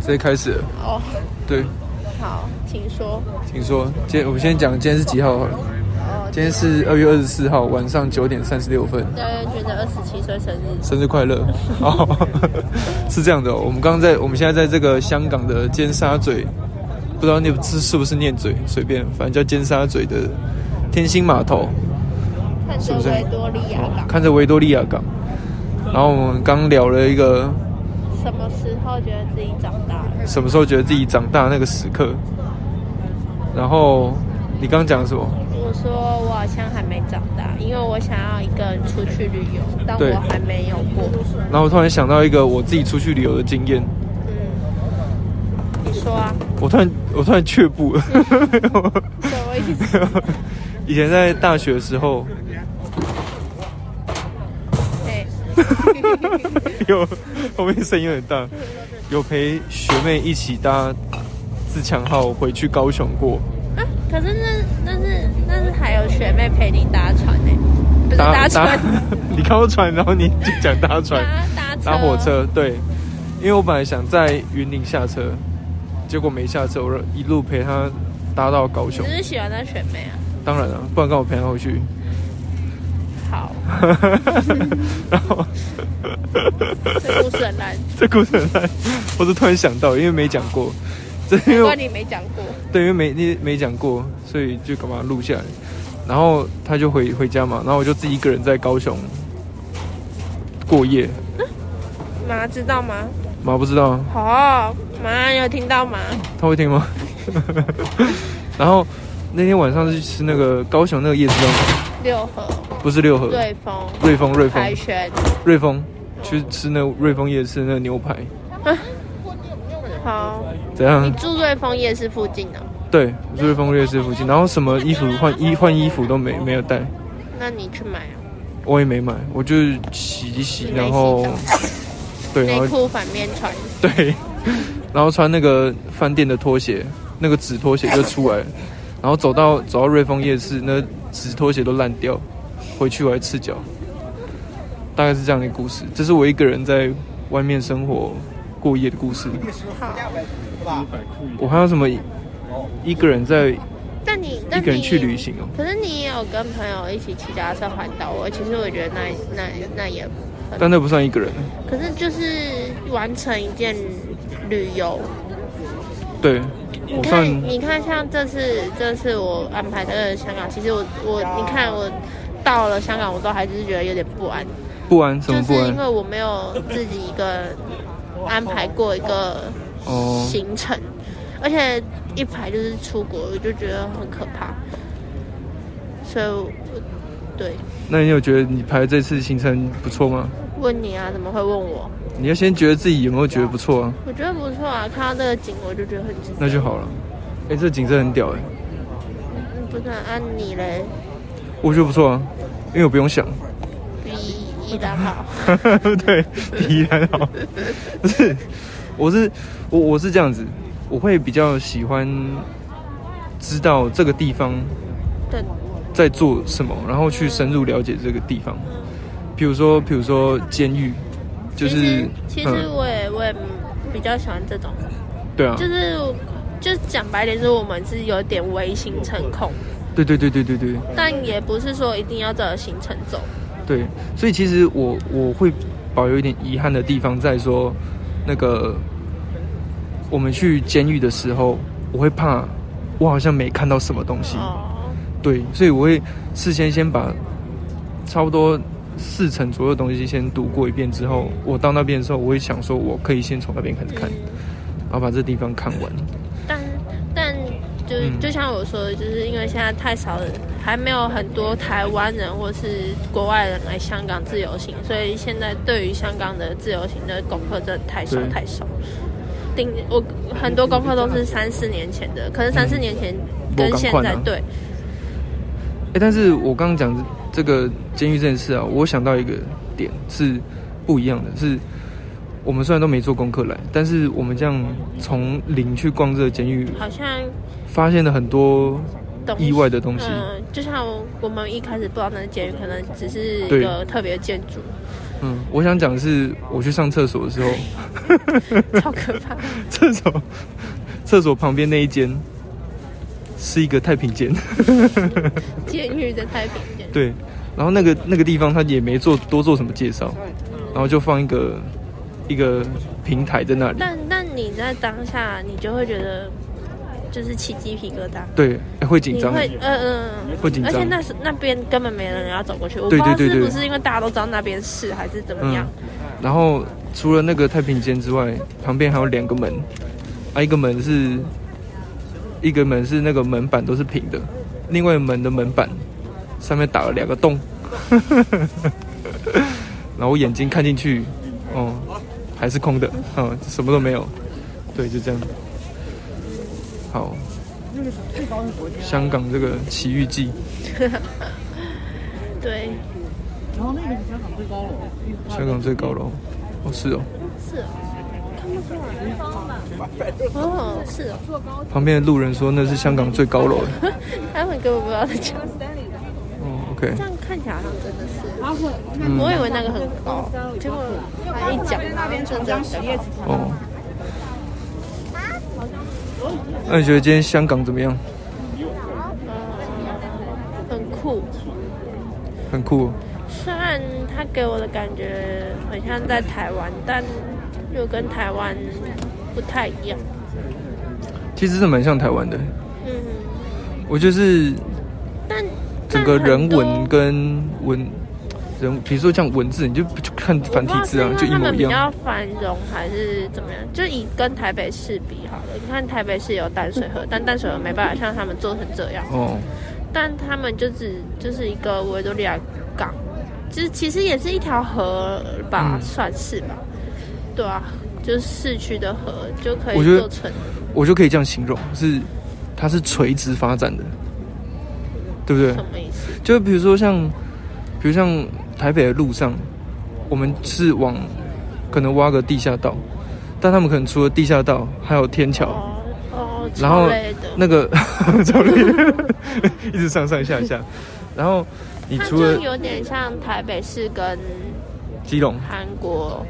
直接开始了。哦，对，好，请说。请说。今天我们先讲今天是几号好了。哦，今天是二月二十四号晚上九点三十六分，大家觉得二十七岁生日，生日快乐！ 哦，是这样的哦、我们刚刚在我们现在在这个香港的尖沙咀，不知道念是是不是念嘴，随便，反正叫尖沙咀的天星码头，看着是不是维多利亚港，看着维多利亚港。然后我们刚聊了一个什么时候觉得自己长大了？什么时候觉得自己长大那个时刻，然后你刚刚讲什么？我说我好像还没长大，因为我想要一个人出去旅游，但对我还没有过。然后我突然想到一个我自己出去旅游的经验，嗯，你说啊，我突然我突然却步 了。什么意 思？以前在大学的时候， 对，有后面声音很大，有陪学妹一起搭自强号回去高雄过，啊，可是那那是那是还有学妹陪你搭船呢、不是搭搭船， 你看我船，然后你就讲搭船，搭搭搭火。车，对，因为我本来想在云林下车，结果没下车，我一路陪她搭到高你雄是不，是喜欢那学妹啊？当然了、不然刚好陪她回去。 好，然后，这故事很烂， 这故事很烂，我是突然想到，因为没讲过， 这因为难我怪你没讲过。对，因为没你没讲过，所以就干嘛录下来。然后他就回回家嘛，然后我就自己一个人在高雄过夜。妈知道吗？妈不知道啊哦，妈有听到吗？他会听吗？ 然后那天晚上是去吃那个高雄那个夜市叫六合、不是六合，瑞丰、瑞丰瑞凯丰旋，瑞丰去吃那个瑞丰夜市那个牛排，啊好，怎样你？住瑞丰夜市附近哦。对，瑞丰夜市附近。然后什么衣服换衣换衣服都没没有带，那你去买啊，我也没买，我就是洗一洗，你没洗然后澡对，啊然内后裤反面穿， 对，然后穿那个饭店的拖鞋，那个纸拖鞋就出来了，然后走到走到瑞丰夜市，那纸拖鞋都烂掉，回去我还赤脚，大概是这样的故事。这是我一个人在外面生活过夜的故事。好。我还有什么一一个人在但你但一个人你去旅行哦可是你也有跟朋友一起骑脚踏车环岛哦。其实我觉得那那那也很，但那不算一个人，可是就是完成一件旅游。对我你算看，你看，像这次这次我安排的香港，其实我我你看我到了香港，我都还是觉得有点不安，不安，什就么是不安因？为我没有自己一个安排过一个哦行程，而且一排就是出国，我就觉得很可怕，所以我对那你有觉得你排这次行程不错吗？问你啊，怎么会问我？你要先觉得自己有没有觉得不错啊，我觉得不错啊，看到这个景我就觉得很值得。那就好了。哎、这景真的很屌哎、嗯，不是啊，啊你嘞我觉得不错啊，因为我不用想。 比伊朗好，对，比宜兰好。不是，我是我我是这样子，我会比较喜欢知道这个地方对，在做什么，然后去深入了解这个地方。比如说，比如说监狱，就是嗯其实其实我也我也比较喜欢这种，对啊，就是就讲白点，就是我们是有点微行程控，对对对对对对但也不是说一定要照着行程走。对，所以其实我我会保有一点遗憾的地方在说，那个我们去监狱的时候，我会怕我好像没看到什么东西。哦，对，所以我会事先先把差不多四成左右的东西先读过一遍之后，我到那边的时候，我会想说，我可以先从那边开始看，嗯然后把这地方看完。但但就嗯就像我说的，就是因为现在太少人，还没有很多台湾人或是国外人来香港自由行，所以现在对于香港的自由行的功课真的太少对太少。顶我很多功课都是三四年前的，可是三四年前跟嗯没赶现快在呢对，哎，但是我刚刚讲这个监狱这件事啊，我想到一个点是不一样的，是我们虽然都没做功课来，但是我们这样从零去逛这个监狱，好像发现了很多东西意外的东西。嗯，就像我们一开始不知道那是监狱，可能只是一对 个特别建筑，嗯，我想讲的是我去上厕所的时候， 超可怕。厕所厕所旁边那一间是一个太平间， 监狱的太平间，对，然后那个那个地方他也没做多做什么介绍，然后就放一个一个平台在那里，但但你在当下，你就会觉得就是起鸡皮疙瘩。对，哎会紧你张，会，嗯嗯，嗯会紧张而且那时那边根本没人要走过去，我不对知道对对是不对是因为大家都知道那边是还是怎么样嗯。，然后除了那个太平间之外，旁边还有两个门，啊，一个门是，一个门是那个门板都是平的，另外门的门板上面打了两个洞， 然后我眼睛看进去，哦，还是空的，嗯，什么都没有，对，就这样。好，香港这个奇遇记，嗯对，香港最高楼，哦，是哦，是哦，看不出来。哦，是哦，旁边的路人说那是香港最高楼，哎他们根本不知道在讲。哦，OK。这样看起来好像真的是，我以为那个很高，结果他一讲，那边真的比较高哦。那你觉得今天香港怎么样？很酷。很酷哦、虽然他给我的感觉很像在台湾，但又跟台湾不太一样。其实是蛮像台湾的。嗯，我就是但整个人文跟文人，比如说像文字，你就就看繁体字啊，就一他模们一比样。较繁荣还是怎么样？就以跟台北市比好了，你看台北市有淡水河，但淡水河没办法像他们做成这样。哦，但他们就只就是一个维多利亚港，就是其实也是一条河吧，嗯算是吧。对啊，就是市区的河就可我以觉得做成。我就可以这样形容，是它是垂直发展的，对不对什？么意思？就比如说像，比如像台北的路上，我们是往可能挖个地下道，但他们可能除了地下道，还有天桥。哦哦，然后之类的。那个 教练一直上上下下，然后你它除就了有点像台北市跟基隆，韩国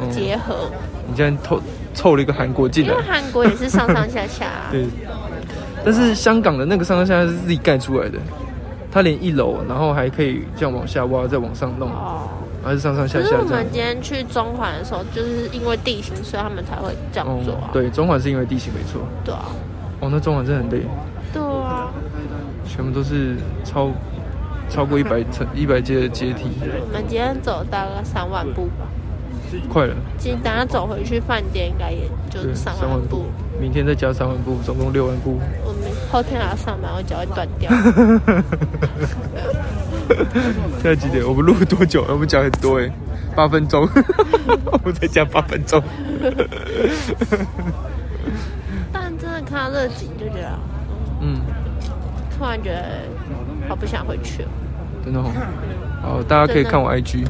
嗯，结合，你竟然凑凑了一个韩国进因来。为，韩国也是上上下下、啊 对。但是香港的那个上上下下是自己盖出来的，它连一楼，然后还可以这样往下挖，再往上弄，哦，还是上上下可下是我这样们。今天去中环的时候，就是因为地形，所以他们才会这样做哦啊。，对，中环是因为地形没错。对啊，哦，那中环真的很累，对啊。全部都是超超过一百 层、一百阶的阶梯，我们今天走大概三万步吧，快了。今天等下走回去饭店应该也就对，三三万万步步。，明天再加三万步，总共六万 步。我们后天还要上班，我脚会断 掉。现在几点？我们录多久？我们讲很多哎、八分 钟，我们再加八分钟。但真的看到这个景就觉得，嗯，突然觉得好不想回去了，真的哦。好，大家可以看我 IG，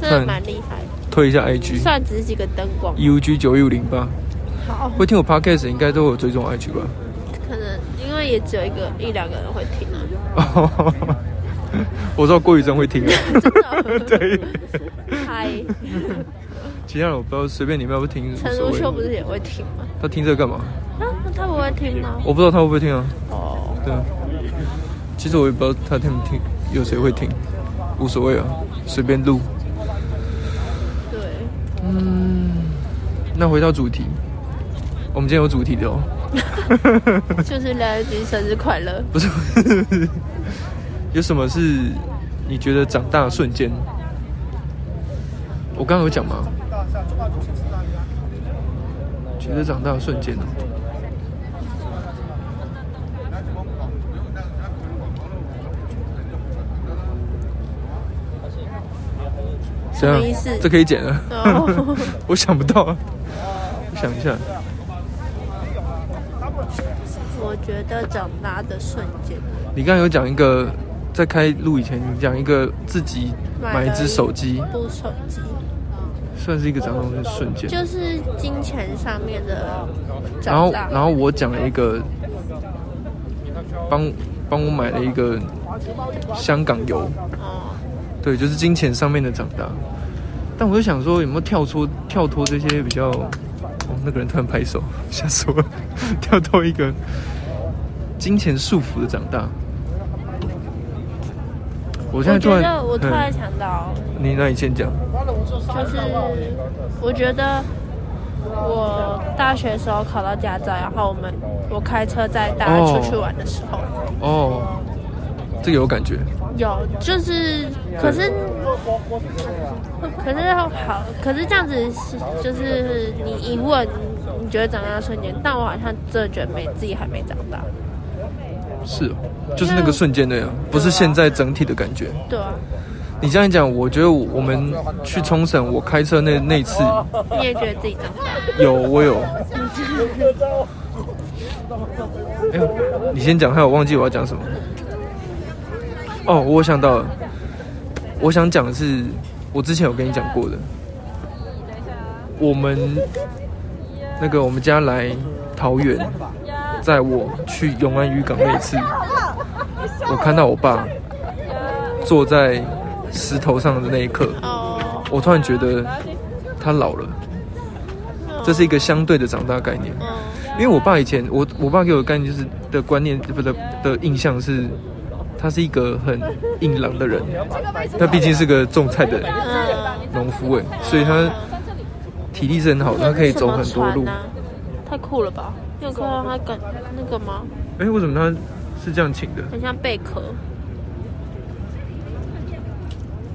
真的蛮厉害的。推一下虽 IG。然只是几个灯光， UG 九一五零八，好，会听我 podcast 应该都有追踪 IG 吧？可能因为也只有一个一两个人会听啊。 我知道郭宇真会听啊，真的对，嗨，其他人我不知道，随便你们要不听无陈所如秀不谓。是也会听吗？他听这个干嘛？啊，那他不会听吗？我不知道他会不会听啊。哦，对啊，其实我也不知道他听不听，有谁会听，无所谓啊，随便录。对，那回到主题，我们今天有主题的哦，就是聊一句生日快乐。不是？ 有什么是你觉得长大的瞬间？我刚刚有讲吗？觉得长大的瞬间呢、什这么样意思？这可以剪了。哦 我想不到啊，我想一下，我觉得长大的瞬间，你刚刚有讲一个，在开录以前你讲一个自己买一只手机，部手机算是一个长大的瞬间。就是金钱上面的然后长大，然后我讲了一个，帮帮我买了一个香港游，哦，对，就是金钱上面的长大。但我就想说，有没有跳出跳脱这些比较？哦，那个人突然拍手，吓死我了！ 跳脱一个金钱束缚的长大。我我现在突觉然，得我突然嗯想到，你那你先讲，就是我觉得我大学时候考到驾照，然后我们我开车载大家出去玩的时候，哦，这个有感觉，有就是可是。可是好，可是这样子是就是你一问，你觉得长大的瞬间，但我好像真的觉得没自己还没长大，是哦，就是那个瞬间那样，不是现在整体的感觉。对啊，你这样讲，我觉得我我们去冲绳，我开车那那一次你也觉得自己长大，有我有。哎呦，你先讲，还有我忘记我要讲什么。哦，我想到了，我想讲的是，我之前有跟你讲过的，我们那个我们家来桃园，在我去永安渔港那一次，我看到我爸坐在石头上的那一刻，哦，我突然觉得他老了，这是一个相对的长大概念。嗯。因为我爸以前，我我爸给我的概念就是的观念，不的的印象是，他是一个很硬朗的人，他毕竟是个种菜的嗯，农夫哎，所以他体力是很好的，他可以走很多什么路船。啊太酷了吧！你有看到它跟那个吗？哎，为什啊么他是这样请的？很像贝壳，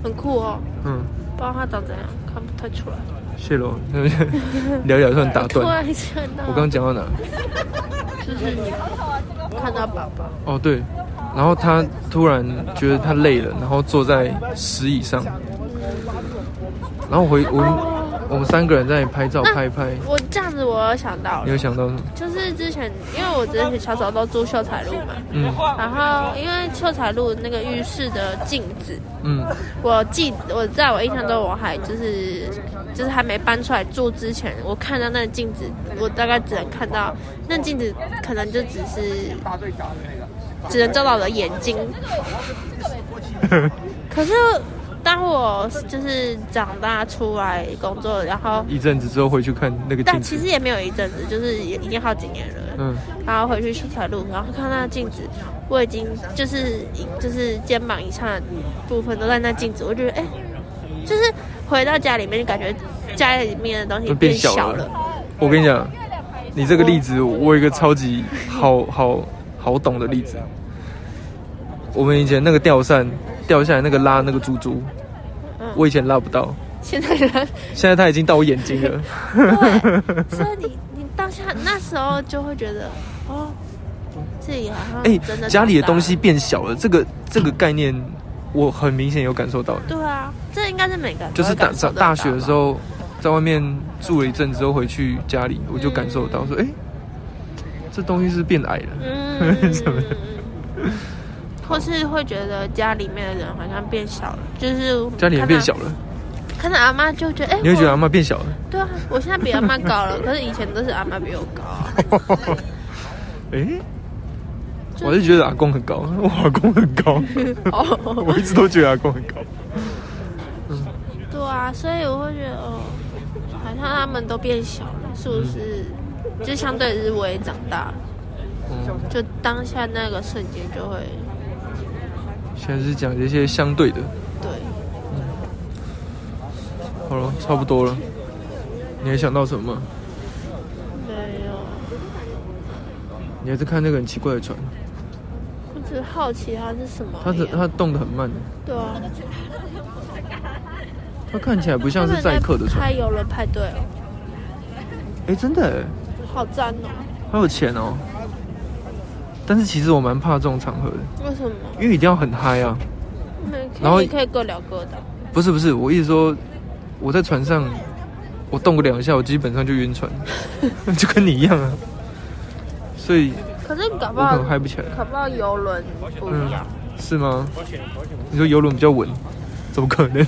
很酷哦。嗯，不知道它长怎样，看不太出来。谢喽， 聊一聊突然打 突断。然想到，我刚讲到哪？就是你看到宝宝，哦对，然后他突然觉得他累了，然后坐在石椅上，然后我回我们我们三个人在那里拍照拍一拍，我这样子我想到你有了，想到什么？就是之前因为我之前小时候都住秀才路嘛，嗯然后因为秀才路那个浴室的镜子，嗯我记，我在我印象中，我还就是就是还没搬出来住之前，我看到那个镜子，我大概只能看到那镜子，可能就只是只能照到我的眼睛。可是当我就是长大出来工作，然后一阵子之后回去看那个镜但其子，实也没有一阵子，就是也已经好几年了。嗯，然后回去秀才路，然后看那镜子，我已经就是就是肩膀以上的部分都在那镜子，我觉得哎、就是回到家里面就感觉家里面的东西就变小小了。我跟你讲，你这个例子，我有一个超级好好好懂的例子。我们以前那个吊扇掉下来，那个拉那个珠珠嗯，我以前拉不到，现在人，现在它已经到我眼睛了。 对，所以你你当下那时候就会觉得哦，自己好像哎嗯真的、，家里的东西。变小了，这个这个概念，我很明显有感受到的。对啊，这应该是每个人就是大上上大学的时，候，在外面住了一阵之后回去家里，我就感受到说，哎、哎这东西是变矮了。 嗯，什么的或是会觉得家里面的人好像变小了，就是家里人看变到小了，看到阿妈就觉得，哎、你会觉得阿我妈变小了。对啊，我现在比阿妈高了，可是以前都是阿妈比我高 啊。哎、就我是觉得阿公很高，我阿公很高，我哦，一直都觉得阿公很高。对啊，所以我会觉得，哦，好像他们都变小了，是不是？就相对是我也长大了，嗯，就当下那个瞬间就会，现在是讲这些相对的，对，好了，差不多了。你还想到什么吗？没有，你还在看那个很奇怪的船，我只是好奇它是什么它而已的啊。它动得很慢，对啊，它看起来不像是载客的他们在船。开游轮派对哦，哎、真的、诶好赞哦！好有钱哦。但是其实我蛮怕这种场合的，为什么？因为一定要很嗨啊！没可以然后你可以各聊各的。不是不是，我一直说我在船上，我动个两下，我基本上就晕 船，就跟你一样啊。所以可是搞不我可好能，嗨不起来，嗯搞不好游轮不一样。是吗？你说游轮比较稳，怎么 可能？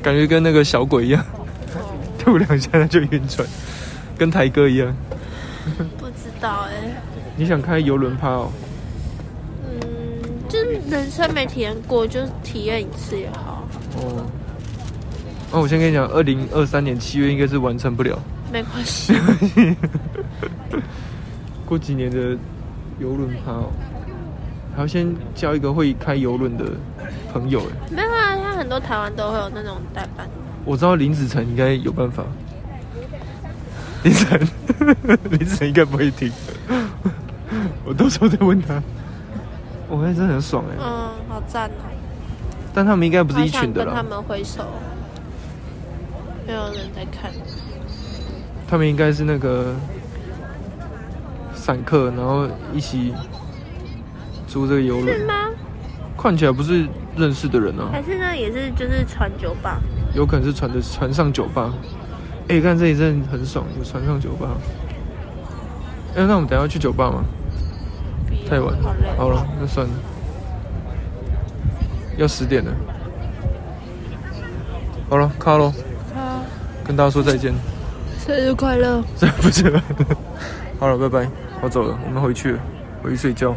感觉跟那个小鬼一样，吐两下他就晕船，跟台哥一样。不知道哎、你想开游轮趴哦？嗯，就是人生没体验过，就是体验一次也好，哦，那、哦我先跟你讲，二零二三年七月应该是完成不了。 没关系。过几年的游轮趴、哦，还要先交一个会开游轮的朋友。哎，没有啊，像很多台湾都会有那种代办，我知道林子成应该有办法。林子成， 林子成应该不会听， 我到时候再问他。我看真的很爽哎、嗯，好赞哦、但他们应该不是好一群想的跟他啦，们挥手，没有人在看。他们应该是那个散客，然后一起租这个游轮是。吗？看起来不是认识的人啊，还是那也是就是传酒吧？有可能是船的船上酒吧。哎、看这里真的很爽，有船上酒吧。哎、那我们等一下去酒吧吗？太晚好累了，。好了，那算了，要十点了。好了，卡喽，好，跟大家说再见，生 日快乐！再不见了。好了，拜拜，我走了，我们回去了，回去睡觉。